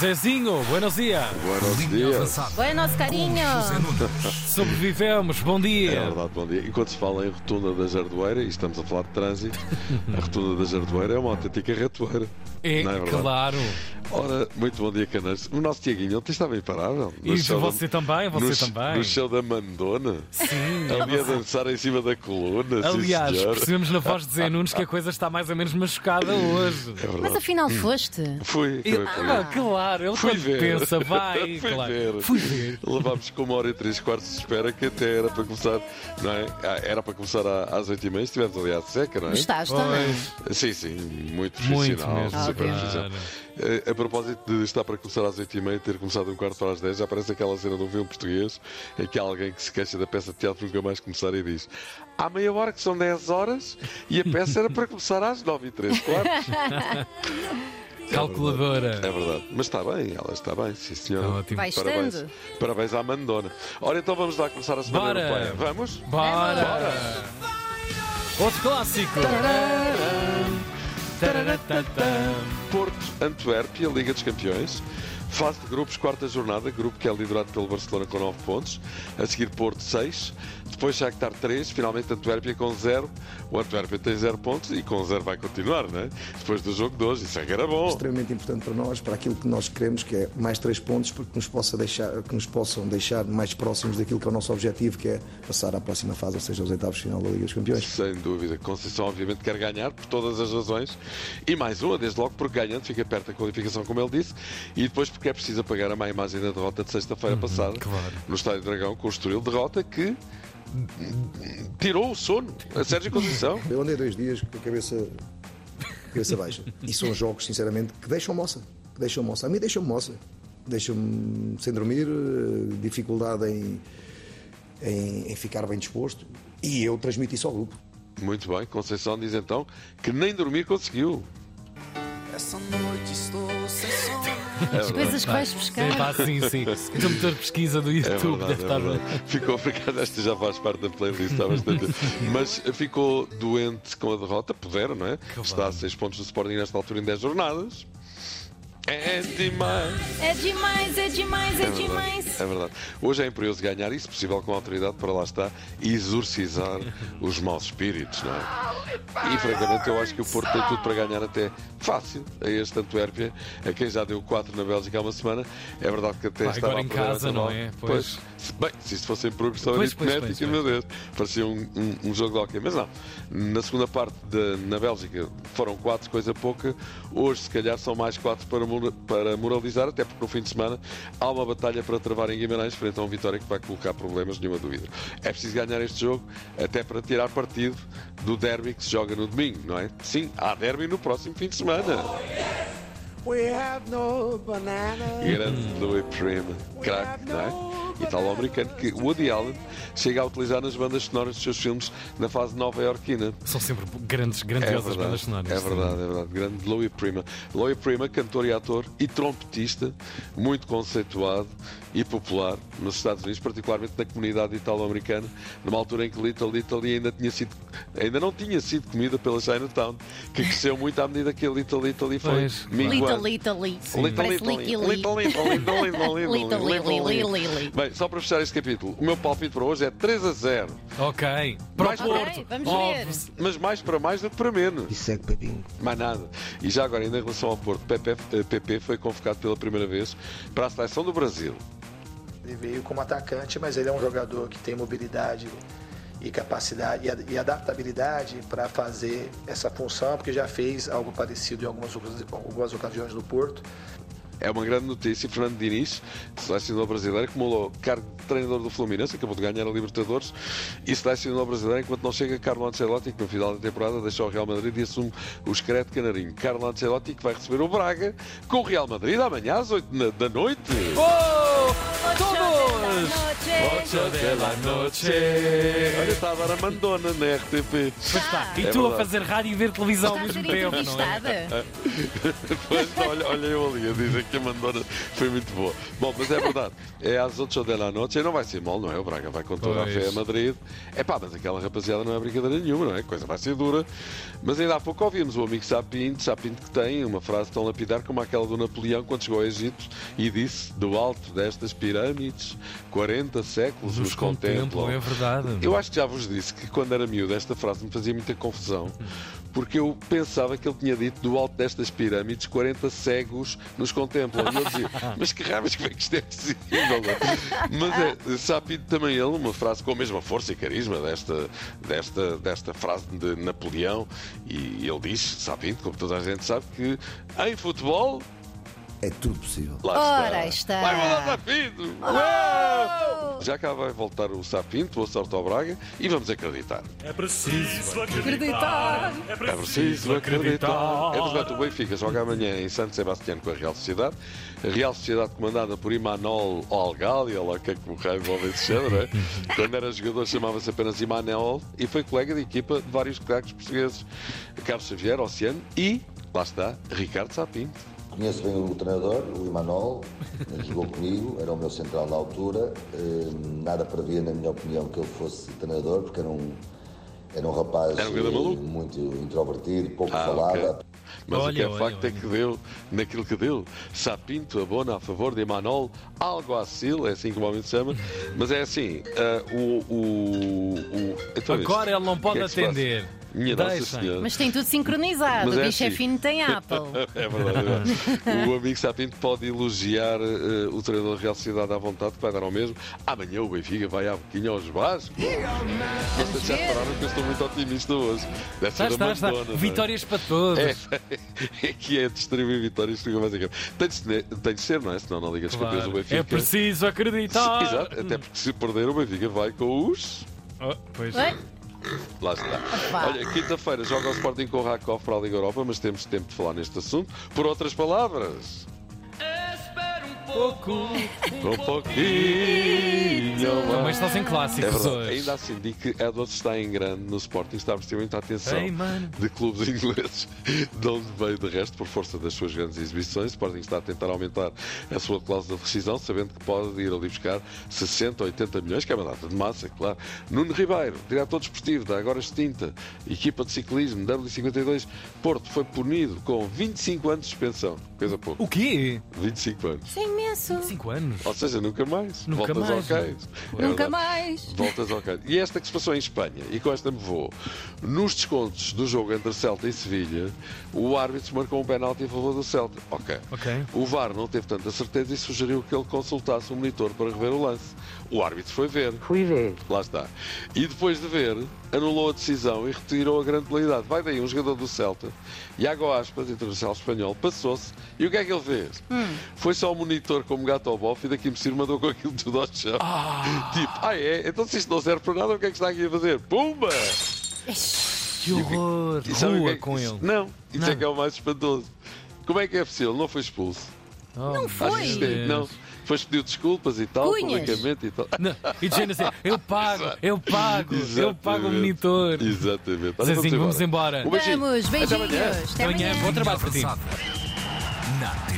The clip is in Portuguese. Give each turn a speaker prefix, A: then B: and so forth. A: Zezinho, buenos dias.
B: Buenos
C: Linha
B: dias.
C: avançada.
D: Buenos, carinho.
C: José Nunes.
A: Sobrevivemos, bom
B: É
A: dia.
B: verdade, bom dia. Enquanto se fala em rotunda da Jardoeira, e estamos a falar de trânsito, a rotunda da Jardoeira é uma autêntica ratoeira.
A: É,
B: Não é verdade?
A: claro.
B: Ora, muito bom dia, Canas. O nosso Tiaguinho ontem estava imparável. No
A: E
B: show
A: você também, você
B: no,
A: também.
B: No show da Mandona.
A: Sim.
B: Ali a dançar em cima da coluna. sim,
A: Aliás,
B: senhor.
A: percebemos na voz de Zé Nunes que a coisa está mais ou menos machucada hoje.
B: É verdade.
D: Mas afinal foste?
B: Fui, acabei
A: Ele,
B: por ir.
A: ah, claro, ele
B: Fui
A: quando
B: ver.
A: pensa, vai,
B: Fui
A: claro.
B: ver.
A: Fui ver.
B: Levámos com uma hora e três quartos de espera, que até era para começar, não é? Ah, Era para começar à- às oito e meia, estivemos ali à seca, não é?
D: Gostaste também?
B: Sim, sim, muito
A: Muito
B: profissional,
A: mesmo. Ah,
B: super
D: Óbvio.
B: profissional.
A: claro.
B: Eh, A propósito de estar para começar às 8h30 e ter começado um quarto para as 10, já aparece aquela cena de um filme português em que há alguém que se queixa da peça de teatro nunca mais começar e diz há meia hora que são 10 horas e a peça era para começar às 9h03, claro.
A: Calculadora.
B: É verdade, mas está bem, ela está bem, sim senhora.
A: Ótimo.
D: Vai
B: Parabéns,
D: estando.
B: parabéns à Mandona. Ora, então vamos lá começar a semana
A: Bora.
B: europeia. Vamos?
A: Bora. Outro clássico. tá, Tararatatã.
B: Porto, Antuérpia, Liga dos Campeões. Fase de grupos, quarta jornada, grupo que é liderado pelo Barcelona com 9 pontos. A seguir, Porto 6. Depois, Shakhtar 3. Finalmente, Antuérpia com 0. O Antuérpia tem 0 pontos e com 0 vai continuar, não é? Depois do jogo de hoje. Isso é que era bom.
E: extremamente importante para nós, para aquilo que nós queremos, que é mais três pontos, porque nos possa deixar, que nos possam deixar mais próximos daquilo que é o nosso objetivo, que é passar à próxima fase, ou seja, aos oitavos de final da Liga dos Campeões.
B: Sem dúvida. Conceição, obviamente, quer ganhar por todas as razões. E mais uma, desde logo, porque ganhando fica perto da qualificação, como ele disse. E depois porque é preciso apagar a má imagem da derrota de sexta-feira passada
A: claro.
B: no Estádio Dragão com o Estoril. Derrota que tirou o sono a Sérgio Conceição.
E: Eu andei dois dias com a cabeça, cabeça baixa. E são jogos, sinceramente, que deixam moça. Que deixam moça. A mim deixam moça. Deixam-me sem dormir, eh, dificuldade em, em, em ficar bem disposto. E eu transmito isso ao grupo.
B: Muito bem, Conceição diz então que nem dormir conseguiu.
F: Essa noite estou sem sono.
B: É verdade.
D: Coisas que vais
A: É
D: buscar.
A: pá, sim, sim. O motor de pesquisa do
B: É
A: YouTube
B: verdade,
A: deve
B: é
A: estar.
B: verdade. Ficou obrigado, esta já faz parte da playlist há bastante. Mas ficou doente com a derrota, puderam, não é? Está a 6 pontos do Sporting nesta altura em 10 jornadas. É demais!
D: É demais, é demais, é demais.
B: É verdade. Hoje é imperioso ganhar e, se possível, com a autoridade para lá está, exorcizar os maus espíritos, não é? E, francamente, eu acho que o Porto tem tudo para ganhar até fácil a este Antuérpia, a quem já deu 4 na Bélgica há uma semana. É verdade que até
A: Pá,
B: estava
A: agora
B: a
A: em
B: perder
A: casa,
B: a
A: não
B: Canal.
A: é?
B: Pois. se- Bem, se isto fosse em progressão
A: Pois, pois,
B: aritmética,
A: pois,
B: meu Deus, parecia um, um- um jogo de hockey. Mas não, na segunda parte, de- na Bélgica, foram 4, coisa pouca. Hoje, se calhar, são mais 4 para, mora- para moralizar, até porque no fim de semana há uma batalha para travar em Guimarães, frente a um Vitória que vai colocar problemas, nenhuma dúvida. É preciso ganhar este jogo, até para tirar partido do derby que se joga no domingo, não é? Sim, há derby no próximo fim de semana.
F: We have no banana.
B: Grande Louis Prima, craque, não é? E tal americano que Woody Allen chega a utilizar nas bandas sonoras dos seus filmes na fase nova-iorquina.
A: São sempre grandes,
B: É
A: grandiosas bandas
B: verdade,
A: sonoras.
B: é verdade, é verdade. Grande Louis Prima. Louis Prima, cantor e ator e trompetista, muito conceituado e popular nos Estados Unidos, particularmente na comunidade italo-americana, numa altura em que Little Italy ainda, tinha sido, ainda não tinha sido comida pela Chinatown, que cresceu muito à medida que a Little Italy foi
A: Pois, claro.
B: minguando.
D: Little, little, little.
B: Little,
D: Parece
B: little,
D: Licky
B: little, little,
D: Lee.
B: little, little, little, little,
D: Little,
B: little,
D: little,
B: little.
D: little.
B: Bem, só para fechar este capítulo, o meu palpite para hoje é 3 a 0.
A: Ok. Para o
B: Mais- Ok,
A: Porto.
D: vamos
A: Óbvio.
D: ver.
B: Mas mais para mais do que para menos. Isso é que papinho. Mais nada. E já agora, ainda em relação ao Porto, PP, eh, PP foi convocado pela primeira vez para a seleção do Brasil.
G: Ele veio como atacante, mas ele é um jogador que tem mobilidade e capacidade e a- e adaptabilidade para fazer essa função, porque já fez algo parecido em algumas, ocasi- algumas ocasiões no Porto.
B: É uma grande notícia. E Fernando Diniz, selecionador brasileiro, acumulou cargo de treinador do Fluminense, acabou de ganhar a Libertadores, e selecionador brasileiro, enquanto não chega Carlo Ancelotti, que no final da temporada deixa o Real Madrid e assume o escrete canarinho. Carlo Ancelotti que vai receber o Braga com o Real Madrid amanhã às 8 na- da noite.
A: Oh!
D: Todos!
A: Todos!
B: Ocho de la noche. Olha, está a dar a mandona na RTP.
A: E
B: É
A: tu
B: verdade.
A: a fazer rádio e ver televisão ao
D: Estás a
A: mesmo
D: ser
A: tempo, não é?
D: entrevistada?
B: Pois, olha, olha eu ali a dizer que mandou foi muito boa. Bom, mas é verdade. É às 8 da noite e não vai ser mal, não é? O Braga vai com toda a fé a
A: Pois.
B: Madrid. É pá, mas aquela rapaziada não é brincadeira nenhuma, não é? A coisa vai ser dura. Mas ainda há pouco ouvimos o amigo Sapinto, Sapinto que tem uma frase tão lapidar como aquela do Napoleão quando chegou ao Egito e disse: Do alto destas pirâmides, 40 séculos nos,
A: Nos contemplam, é verdade.
B: eu acho que já vos disse que quando era miúdo esta frase me fazia muita confusão, porque eu pensava que ele tinha dito do alto destas pirâmides 40 cegos nos contemplam. E eu dizia, mas que rabas que é que isto é possível? Mas é, sabe também ele uma frase com a mesma força e carisma desta, desta, desta frase de Napoleão, e ele diz, sabe, como toda a gente sabe, que em futebol
E: É tudo possível.
B: Lá
D: Ora está. Oh!
B: Vai voltar Sapinto! Uau! Já cá vai voltar o Sapinto, boa sorte ao Braga e vamos acreditar.
C: É preciso
D: Acreditar.
C: É
B: É preciso acreditar. É verdade, o Benfica joga amanhã em Santo Sebastião com a Real Sociedade. A Real Sociedade comandada por Imanol Algali, olha lá que é que o raiva ouve esse género, não é? Quando era jogador chamava-se apenas Imanol e foi colega de equipa de vários craques portugueses. Carlos Xavier, Oceano e, lá está, Ricardo Sapinto.
H: Conheço bem o treinador, o Imanol, jogou comigo, era o meu central na altura. eh, Nada previa, na minha opinião, que ele fosse treinador, porque era um, era um rapaz
B: Era um grande
H: eh,
B: maluco.
H: muito introvertido, pouco
B: Ah,
H: falado.
B: ok. Mas
A: Olha,
B: o que é
A: olha,
B: facto é
A: olha.
B: que deu, naquilo que deu, Sapinto abona a favor de Emanol Alguacil, é assim que o homem se chama, mas é assim, ah, o, o, o- então isto,
A: Agora ele não
B: o que
A: pode
B: é que se
A: atender.
B: passa? Minha Nossa
A: Deixem.
B: Senhora.
D: Mas tem tudo sincronizado.
B: Mas
D: o
B: é
D: bicho é
B: assim.
D: fino, tem Apple.
B: É verdade, é verdade. O amigo Sapinto pode elogiar eh, o treinador da Real Sociedade à vontade, que vai dar ao mesmo. Amanhã o Benfica vai à boquinha aos Vasco. Vocês já repararam que eu estou muito otimista hoje. Deve ser
A: Está, está,
B: a
A: está.
B: Madonna, não é?
A: Vitórias para todos.
B: É, é que é distribuir vitórias que mais aqui. Tem de, ser- tem de ser, não é? Senão não liga
A: Claro.
B: desculpas o Benfica.
A: É preciso
B: Se-
A: acreditar.
B: Exato, até porque se perder o Benfica vai com os.
A: Oh, pois.
D: Oi?
B: Lá está.
D: Opa.
B: Olha, quinta-feira joga o Sporting com o Rakov para a Liga Europa, mas temos tempo de falar neste assunto. Por outras palavras. Espera um pouco. Um pouquinho.
A: Também
B: mais.
A: está sem
B: É
A: clássicos
B: verdade.
A: hoje.
B: Ainda assim, digo que Edwards está em grande no Sporting, está a prestar muita atenção
A: Ei, mano.
B: de clubes ingleses, de onde veio de resto, por força das suas grandes exibições. O Sporting está a tentar aumentar a sua cláusula de rescisão, sabendo que pode ir ali buscar 60, 80 milhões, que é uma data de massa, claro. Nuno Ribeiro, diretor desportivo da agora extinta equipa de ciclismo W52 Porto, foi punido com 25 anos de suspensão. Coisa pouco,
A: O quê?
B: 25 anos.
D: Isso é imenso.
A: Cinco anos.
B: Ou seja, nunca mais.
A: Nunca
B: Voltas
A: mais,
B: ao
A: não é?
B: cais. É
D: Nunca
B: verdade.
D: mais.
B: Voltas ao canto. E esta que se passou em Espanha, e com esta me vou. Nos descontos do jogo entre Celta e Sevilha, o árbitro marcou um penalti a favor do Celta. Ok.
A: Ok.
B: O VAR não teve tanta certeza e sugeriu que ele consultasse o monitor para rever o lance. O árbitro foi ver. Fui ver. Lá está. E depois de ver, anulou a decisão e retirou a granularidade. Vai daí um jogador do Celta, Iago Aspas, internacional espanhol, passou-se e o que é que ele fez? Foi só o monitor como gato ao bofe e daqui me cima mandou com aquilo tudo ao chão. Tipo, ah é? Então se isto não serve para nada, o que é que está aqui a fazer? Pumba!
A: Que horror.
B: E sabe o que é
A: Rua
B: que-
A: com
B: isso-
A: ele.
B: Não, isso é
A: Não.
B: que é o mais espantoso. Como é que é possível? Não foi expulso.
A: Não
B: Acho que isto é- Não. Depois pediu desculpas e tal,
D: Cunhas.
B: publicamente e tal.
A: Não, E dizendo assim, eu pago, eu pago, eu pago o
B: Exatamente.
A: monitor.
B: Exatamente. Olha,
A: Zezinho, vamos embora.
B: Um beijinho.
D: Vamos,
B: Até amanhã.
D: beijinhos. Até
A: Amanhã,
D: amanhã.
A: bom trabalho para ti.
C: Na